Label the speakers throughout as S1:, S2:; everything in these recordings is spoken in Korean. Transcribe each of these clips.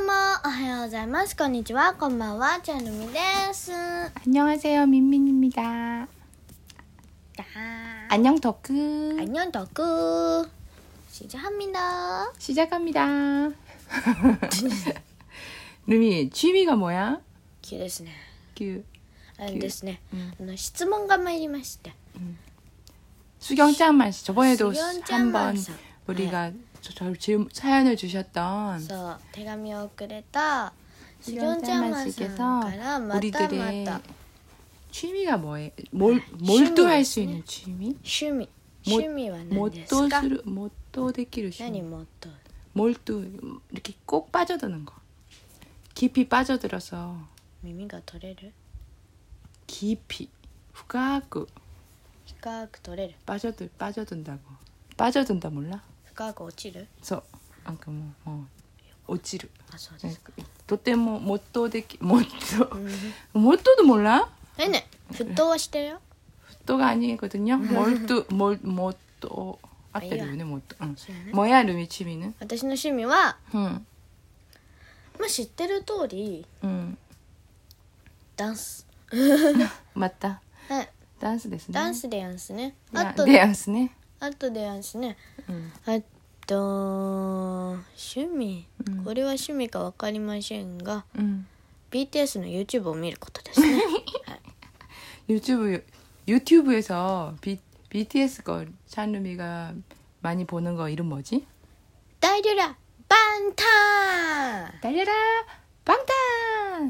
S1: うも、おはようございます。こんにちは、こんばんは、ちゃんるみです。だ
S2: 안녕하세요 민민입니다.
S1: ー
S2: 안녕 덕후
S1: 안녕, 덕후. 시작합니다.
S2: 시작합니다. 루미 취미가 뭐야?
S1: きですね。
S2: 그
S1: あれですね
S2: うん。
S1: あの質問が参りまして。
S2: 수경짱만 씨 저번에도
S1: 수경짱만
S2: 한번
S1: 씨.
S2: 우리가 저, 저 질문- 사연을 주셨던
S1: そう、手紙をくれた。すぎょんちゃんまんさんから、また
S2: 수경짱만 씨께서
S1: ま
S2: 우리들의
S1: た。
S2: 취미가 뭐예요? 뭘
S1: 취미
S2: 몰두할 수
S1: ですね
S2: 있는 취미?
S1: 趣味。
S2: も
S1: 趣味は何
S2: 네,
S1: ですか。
S2: 몰두를 몰두되기를
S1: 何
S2: 취미.
S1: もっと。
S2: 몰두 이렇게 꼭 빠져드는 거. 깊이 빠져들어서
S1: 耳が取れる。
S2: 깊이 후가구
S1: 深く取れる。
S2: 빠져들 빠져든다고 빠져든다 몰라?
S1: 深く落ちる。
S2: 그래서 아까 뭐 어, 어찌르
S1: あ、そうですか。
S2: 도때모 못도 데키 못도
S1: うん
S2: 못도도 몰라?
S1: ねえねえ沸騰はしてるよ
S2: 또가 아니거든요. 몰도 몰 못도 앞에는 못도 응.
S1: 시원해?
S2: 뭐야 루미 취미는?
S1: 私の趣味は、
S2: 응.
S1: まあ、知ってる通り
S2: 응.
S1: ダンス
S2: 맞다.
S1: はいダ
S2: 댄스ですね.
S1: ンスでやんすね、あ
S2: 야,
S1: と
S2: 댄스네.
S1: あとでやんすね
S2: 응.
S1: あと趣味、
S2: うん
S1: これは趣味かわかりませんが
S2: 응.
S1: BTS の YouTube を見ることですね
S2: 유튜브 유튜브에서 비, BTS 거 찬루미가 많이 보는 거 이름 뭐지?
S1: 大流量バンタン
S2: 달려라 빵탄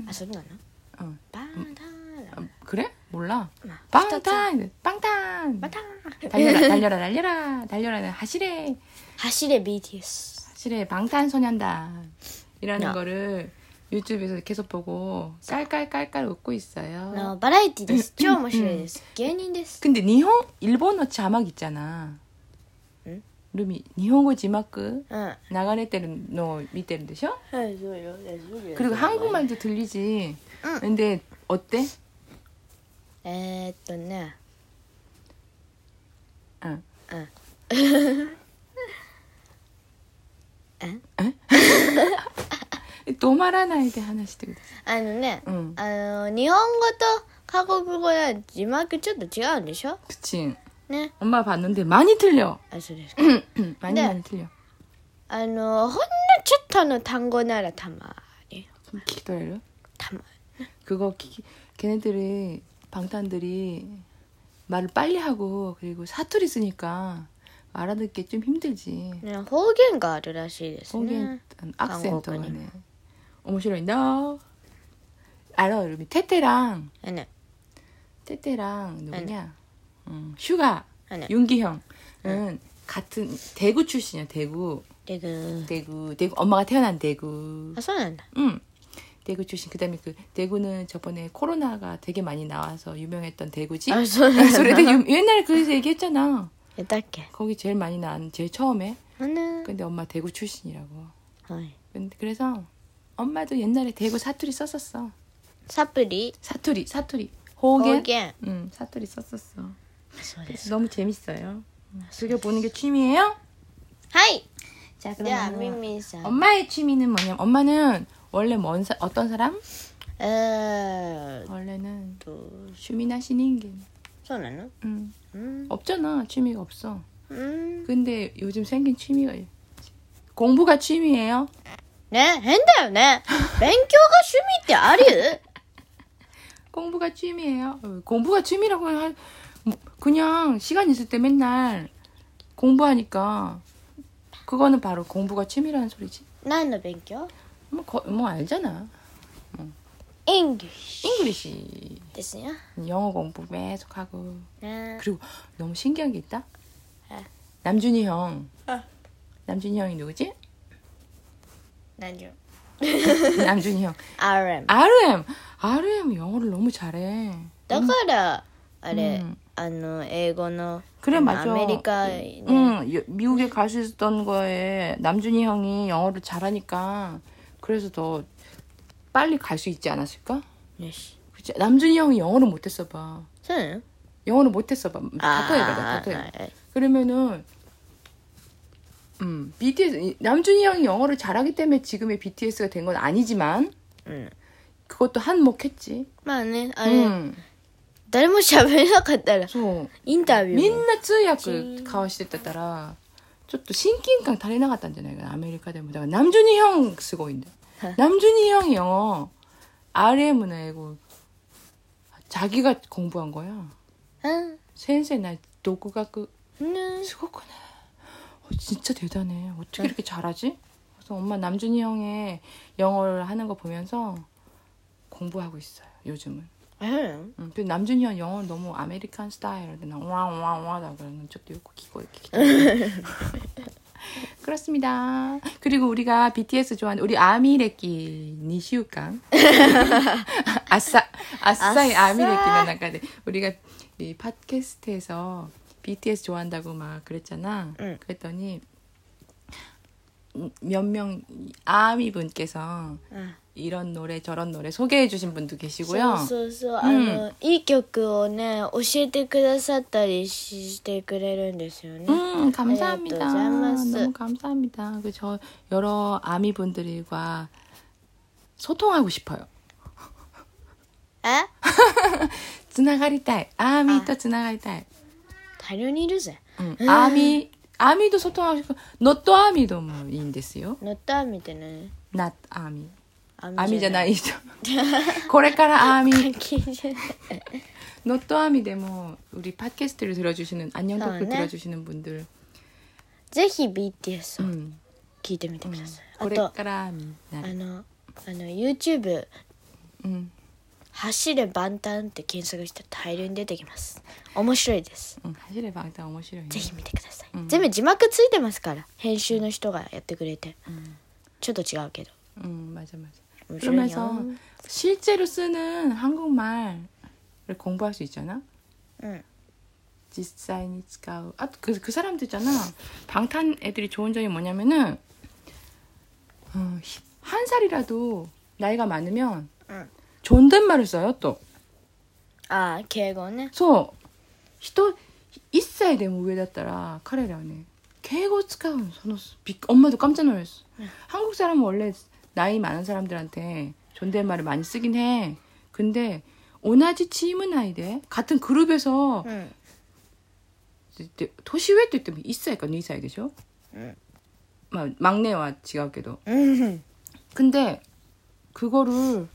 S1: あそれなの
S2: 어,
S1: バンタンなの
S2: 어, 그래? 몰라
S1: まあ二つ
S2: 빵탄 빵탄
S1: バタン
S2: 달려라 달려라 달려라 달려라는 하시래
S1: 走れ BTS
S2: 하시래 방탄소년단 이라는
S1: 야.
S2: 거를 유튜브에서 계속 보고 깔깔깔깔 웃고 있어요
S1: のバラエティです超面白いです芸人です
S2: 근데 니혼 일본어 자막 있잖아
S1: 응?
S2: 루미 니혼고 지마크
S1: うんは
S2: 流れてるの見てるでしょ
S1: いそうよそうよ
S2: 그리고 한국말도
S1: 예.
S2: 들리지
S1: 응.
S2: 근데 어때?
S1: えー、っとね
S2: 응.
S1: うんえ
S2: 止まらないで話してください。
S1: あのね、
S2: うん
S1: あの日本語と韓国語や字幕ちょっと違うんでしょ
S2: 그치.
S1: ね
S2: 엄마 봤는데 많이 틀려.
S1: あそうですか
S2: 많이
S1: 네.
S2: 많이 틀려.
S1: あのほんのちょっとの単語ならたまに
S2: 기도해요.
S1: たま
S2: 그거 기, 걔네들이 방탄들이 말을 빨리 하고 그리고 사투리 쓰니까 알아듣기 좀 힘들지.
S1: にね方言があるらしいですね
S2: 거기 악센트가
S1: 한국어군요.
S2: 네. 어머시로인다. 알아, 루미. 테테랑
S1: あね
S2: 테테랑 누구냐? 음, 슈가
S1: 아니.
S2: 윤기형은
S1: 네.
S2: 같은 대구 출신이야 대구
S1: でぐ
S2: 대구 대구 엄마가 태어난 대구
S1: あそうなんだ
S2: 응 대구 출신 그다음에 그 대구는 저번에 코로나가 되게 많이 나와서 유명했던 대구지
S1: あそう なんだ
S2: 그래도 유- 옛날에 그래서 얘기했잖아
S1: えだっけ
S2: 거기 제일 많이 난 제일 처음에
S1: あね
S2: 근데 엄마 대구 출신이라고
S1: はい
S2: 근데 그래서 엄마도 옛날에 대구 사투리 썼었어
S1: サプリ
S2: 사투리 사투리
S1: 方
S2: 호갱
S1: 言
S2: 응 사투리 썼었어
S1: あそうです
S2: 너무 재밌어요 즐겨보는 게 취미예요?
S1: はい
S2: 자
S1: じゃあミミさん
S2: 엄마의 취미는 뭐냐면 엄마는 원래 뭔 사- 어떤 사람?
S1: えーっ
S2: 원래는
S1: と
S2: 취미나 신인긴
S1: そうなの
S2: 응.
S1: うん、
S2: 없잖아 취미가 없어
S1: うん、
S2: 근데 요즘 생긴 취미가 공부가 취미예요
S1: ね変だよ ね勉強が趣味ってある
S2: 공부가 취미예요 어, 공부가 취미라고 할 뭐, 그냥 시간 있을 때 맨날 공부하니까 그거는 바로 공부가 취미라는 소리지
S1: 何の勉強
S2: 뭐, 거- 뭐 알잖아
S1: イングリッシ
S2: 잉글리시
S1: ュですよ
S2: 영어 공부 계속 하고
S1: ね
S2: 그리고 너무 신기한 게 있다.
S1: 네.
S2: 남준이 형.
S1: 어.
S2: 남준이 형이 누구지?
S1: 何よ
S2: 남준이 형.
S1: RM
S2: RM. RM 영어를 너무 잘해.
S1: だから、あれ、
S2: うん
S1: あの英語の
S2: 그래
S1: 음,
S2: 맞아.
S1: 아메리카, 네.
S2: 응, 여- 미국에 갈 수 있었던 거에 남준이 형이 영어를 잘하니까 그래서 더 빨리 갈 수 있지 않았을까?
S1: よし
S2: 그치? 남준이 형이 영어를 못했어 봐.
S1: そうなの 아,
S2: 영어를 못했어 봐. 例えばだ
S1: あー
S2: 例えば
S1: はい
S2: 그러면은 음, BTS 이- 남준이 형이 영어를 잘하기 때문에 지금의 BTS가 된 건 아니지만
S1: うん。
S2: 그것도 한몫했지. 음.
S1: まあね、あれ、
S2: 응.
S1: 誰も喋れなかったら、
S2: 소.
S1: インタビューも
S2: 민나
S1: 지-
S2: 쯔약을 가와시댔다라. ちょっと 신긴강 다리 나갔단잖아요. 이건 아메리카 대문다가 남준이 형 쓰고 있는데. 남준이 형이 영어 RM은 아니고 자기가 공부한 거야.
S1: うん。
S2: 센세나 독학
S1: うん
S2: 수고구나. 어, 진짜 대단해. 어떻게 이렇게 잘하지? 그래서 엄마 남준이 형의 영어를 하는 거 보면서 공부하고 있어요. 요즘은.
S1: うん。
S2: 응. 근데 남준이 형 영어 너무 아메리칸 스타일인데 나 와와와다 그러는 쪽도 있고 기고 이렇게. 기고. 그렇습니다. 그리고 우리가 BTS 좋아하는 우리 아미레끼 니시우강 아싸 아싸의
S1: 아싸.
S2: 아미레끼는 나가네. 우리가 이 팟캐스트에서 BTS 좋아한다고 막 그랬잖아.
S1: 응.
S2: 그랬더니 몇 명 아미 분께서
S1: うん。
S2: 이런 노래 저런 노래 소개해 주신 분도
S1: そ
S2: 계시고요.
S1: うそうそう、
S2: ん
S1: あのいい曲をね教えてくださったりしてくれるんですよね、 네,
S2: 음,
S1: 또
S2: 감사합니다.
S1: 잘났어.
S2: 너무 감사합니다. 그 저 여러 아미 분들과 소통하고 싶어요.
S1: え
S2: つながりたい. 아미
S1: 아.
S2: 또つながりたい.
S1: 大量にいるぜ
S2: 음, 아미 아미도 소통하고 싶고 너또 아미도 뭐いいんですよ.
S1: 乗ったみたいなね
S2: not 아미.
S1: 網
S2: 아미잖아이죠. これから 아미
S1: 関係ない
S2: not 아미데모 우리 팟캐스트를 들어주시는 안녕 토크
S1: 네.
S2: 들어주시는 분들.
S1: ぜひ BTS を
S2: 음.
S1: 聞いてみてください、あと
S2: これから 아미.
S1: あのあの YouTube
S2: 음.
S1: 「走れ万端」って検索して大量に出てきます面白いです
S2: 음. 사실의 방탄 面白いね.
S1: ぜひ見てください、
S2: うん
S1: 全部字幕ついてますから編集の人がやってくれて、ちょっと違うけど
S2: 음, 맞아 맞아.
S1: 음,
S2: 그러면서
S1: 그럼요.
S2: 실제로 쓰는 한국말을 공부할 수 있잖아.
S1: うん
S2: 지사이니 스카우. 아, 그, 그 사람도 있잖아. 방탄 애들이 좋은 점이 뭐냐면은 어, 히- 한 살이라도 나이가 많으면
S1: 응.
S2: 존댓말을 써요, 또.
S1: ああ敬語ね
S2: 소. 히토 1살 되면 위에다ったら 彼らはね, 개고 스카운 선호스. 엄마도 깜짝 놀랐어. 한국 사람은 원래 나이 많은 사람들한테 존댓말을 많이 쓰긴 해. 근데 오나지 치임은 아이데 같은 그룹에서
S1: うん
S2: 도시 외って言っても1歳か2歳でしょ
S1: 응.
S2: 네 막 막내와 違うけど.
S1: うん、
S2: 근데 그거를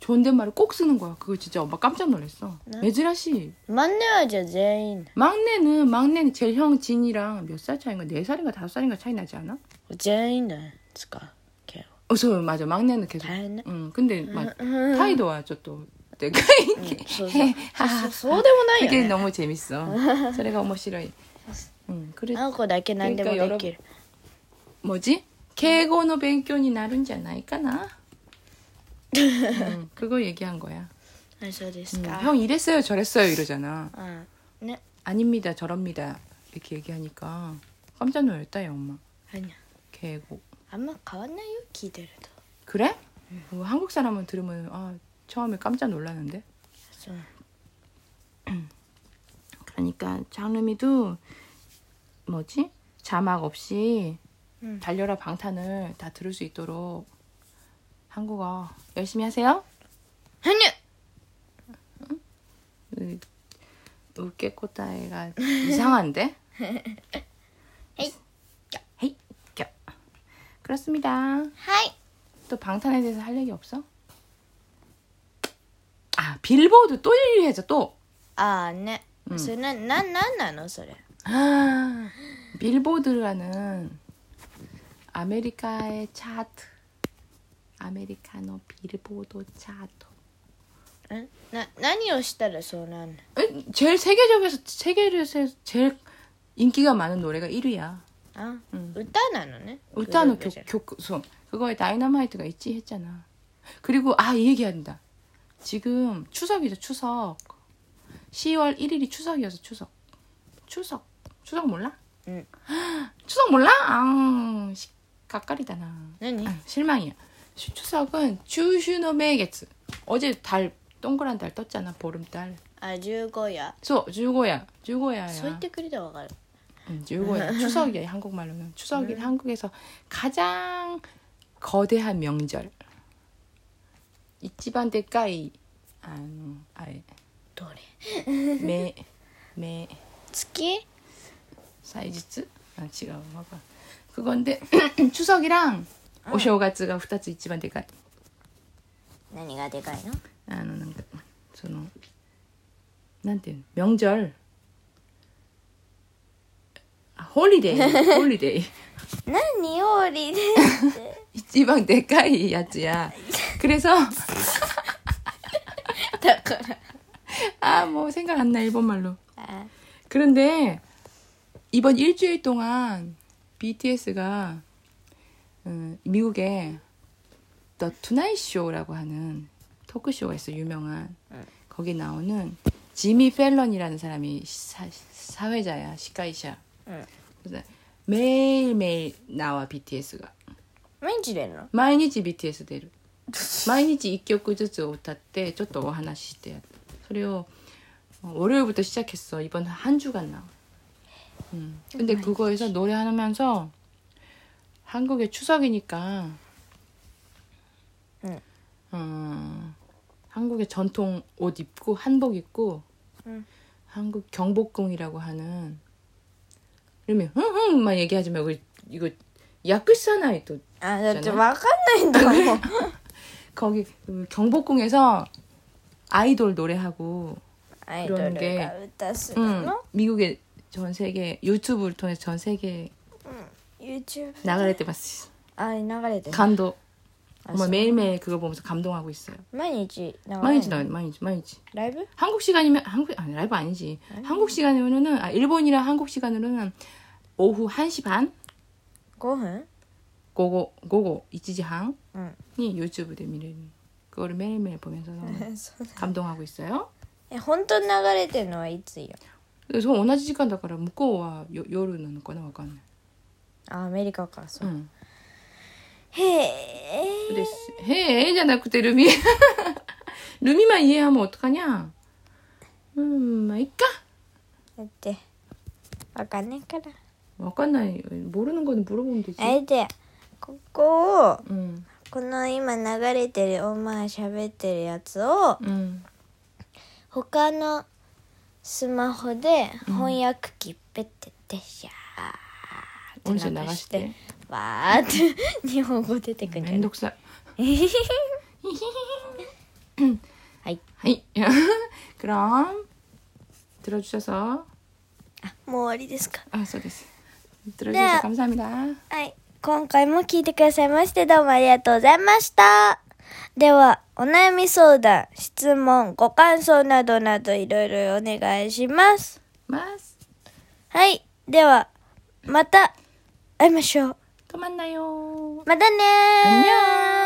S2: 존댓말을 꼭 쓰는 거야. 그거 진짜 엄마 깜짝 놀랐어.
S1: 네.
S2: 메즈라시
S1: マンネはじゃあ全員
S2: 막내는 막내는 제일 형 진이랑 몇 살 차이인가 네 살인가 다섯 살인가 차이 나지 않아?
S1: 全員だね使う敬語
S2: 어, 저 맞아 막내는 계속.
S1: 大変ね
S2: 응. 근데 막
S1: うん
S2: 타이도와 저또 네, 내가
S1: そう そう
S2: 하하.
S1: そうでもないよ
S2: 아, 그게
S1: ね
S2: 너무 재밌어. 그래가 너무 싫어. 응. 그래
S1: あの子だけ何でもできる
S2: 뭐지? 개고노 뱅교니 나룬지 않나이까나? 응, 그거 얘기한 거야.
S1: はいそうで
S2: 응,
S1: すか、
S2: 형 이랬어요 저랬어요 이러잖아.
S1: うんね
S2: 아닙니다 저럽니다 이렇게 얘기하니까 깜짝 놀랐다 요 엄마.
S1: あにゃ
S2: 개고.
S1: あんま変わんないよ聞いてると
S2: 그래? 어, 한국 사람은 들으면 아 처음에 깜짝 놀랐는데.
S1: そう
S2: 그러니까 장르미도 뭐지? 자막 없이
S1: 응.
S2: 달려라 방탄을 다 들을 수 있도록 한국어 열심히 하세요.
S1: あにゃ
S2: 으, 그 웃게 코타이가 이상한데?
S1: 헤이,
S2: 헤이, 껴. 그렇습니다.
S1: はい
S2: 또 방탄에 대해서 할 얘기 없어? 아, 빌보드 또 1위 해줘, 또.
S1: ああね、
S2: うん
S1: それなななんなのそれ
S2: 아, 빌보드라는 아메리카의 차트. 아메리카노 빌보드 차트.
S1: んな何をしたらそうなんの
S2: 에, 제일 세계적에서, 세계에서 제일 인기가 많은 노래가 1위야.
S1: あ、
S2: うん
S1: 歌なのね
S2: 우타노
S1: グループじゃ
S2: 교- 교- 소- 그거에 다이너마이트가 있지 했잖아. 그리고 아 이 얘기한다. 지금 추석이죠 추석. 10월 1일이 추석이어서 추석. 추석. 추석 몰라?
S1: 응.
S2: 추석 몰라? 아, 시- 가까리다 나.
S1: 何
S2: 아, 실망이야. 추- 추석은 추슈노메게츠. 어제 달 동그란 달 떴잖아 보름달.
S1: あ十五夜
S2: 소 주고야 주고야야.
S1: そう言ってくれたらわかる
S2: 음, 요거예요. 추석이에요. 한국말로는 추석이 한국에서 가장 거대한 명절. 이집안 대가이 아노 아예
S1: どれ
S2: 매매
S1: 月
S2: 사이즈츠 아 지가 뭐가 그건데 추석이랑 오쇼가츠가 2つ 이집안 대가이
S1: 何がでかいの
S2: 아노 난가 저노 난데 명절 아, 홀리데이 홀리데이
S1: 何よ りで
S2: 이지방 대가이 야지야. 그래서
S1: だから
S2: 아 뭐 생각 안 나 일본 말로.
S1: あ
S2: 그런데 이번 일주일 동안 BTS가 어, 미국에 The Tonight Show라고 하는 토크쇼가 있어 유명한
S1: 응.
S2: 거기 나오는 지미 펠런이라는 사람이 사, 사회자야 시카이샤.
S1: 응.
S2: 그래서 매일 매일 나와 BTS가.
S1: 毎日出るの
S2: 毎日 BTS 出る毎日1曲ずつを歌ってちょっとお話ししてやるそれを어 월요일부터 시작했어 이번 한 주간 나와 음. 근데 그거에서 노래하면서 한국의 추석이니까
S1: 응.
S2: 어, 한국의 전통 옷 입고 한복 입고
S1: 응.
S2: 한국 경복궁이라고 하는 이러면 흥흥만 얘기하지 말고 이거 야끄사나이 또
S1: あだってわかんないんだもん
S2: 거기 그 경복궁에서 아이돌 노래하고
S1: アイドルが歌する
S2: 응,
S1: の、
S2: 미국의 전 세계 유튜브를 통해서 전 세계
S1: YouTube
S2: 나갈 때 봤어.
S1: あ流れてる
S2: 감동.
S1: あそ
S2: 뭐
S1: う
S2: 매일매일 그거 보면서 감동하고 있어요.
S1: 毎日流れる
S2: 많이지 나 많이지 많이지.
S1: ライブ
S2: 한국 시간이면 한국 아니 라이브 아니지. 한국 시간으로는 아 일본이랑 한국 시간으로는 오후 1시 반
S1: 5分
S2: 고고 고고 1시
S1: うん
S2: 반이 유튜브 대 미래 그거를 매일매일 보면서 너무
S1: そう
S2: 감동하고 있어요.
S1: え本当に流れてるのはいつよ
S2: 그래서 同じ時間だから向こうは夜なのかなわかんない。
S1: あアメリカかそう、
S2: 응.
S1: へえ
S2: 그랬어. 헤, 자, 나그때 루미. 루미만 이해하면 어떡하냐? 음, 마이까?
S1: だってわかんないから
S2: 뭐, 와깐나 모르는 거는 물어보면 되지.
S1: あれでここを
S2: 응,
S1: この今流れてるお前喋ってるやつを
S2: 응.
S1: 他のスマホで翻訳機ペッてってシャー
S2: 언제
S1: って流して
S2: 나가시대?
S1: わーって 日本語出てくんじゃない
S2: 맨독사.
S1: はい
S2: 하이. 그럼 들어주셔서
S1: もう終わりですか
S2: 아, 써です. 들어주셔서
S1: 네.
S2: 감사합니다.
S1: はい今回も聞いてくださいましてどうもありがとうございましたではお悩み相談質問ご感想などなどいろいろお願いします
S2: 마스
S1: はいではまた会いましょう
S2: 또 만나요.
S1: またねー
S2: 안녕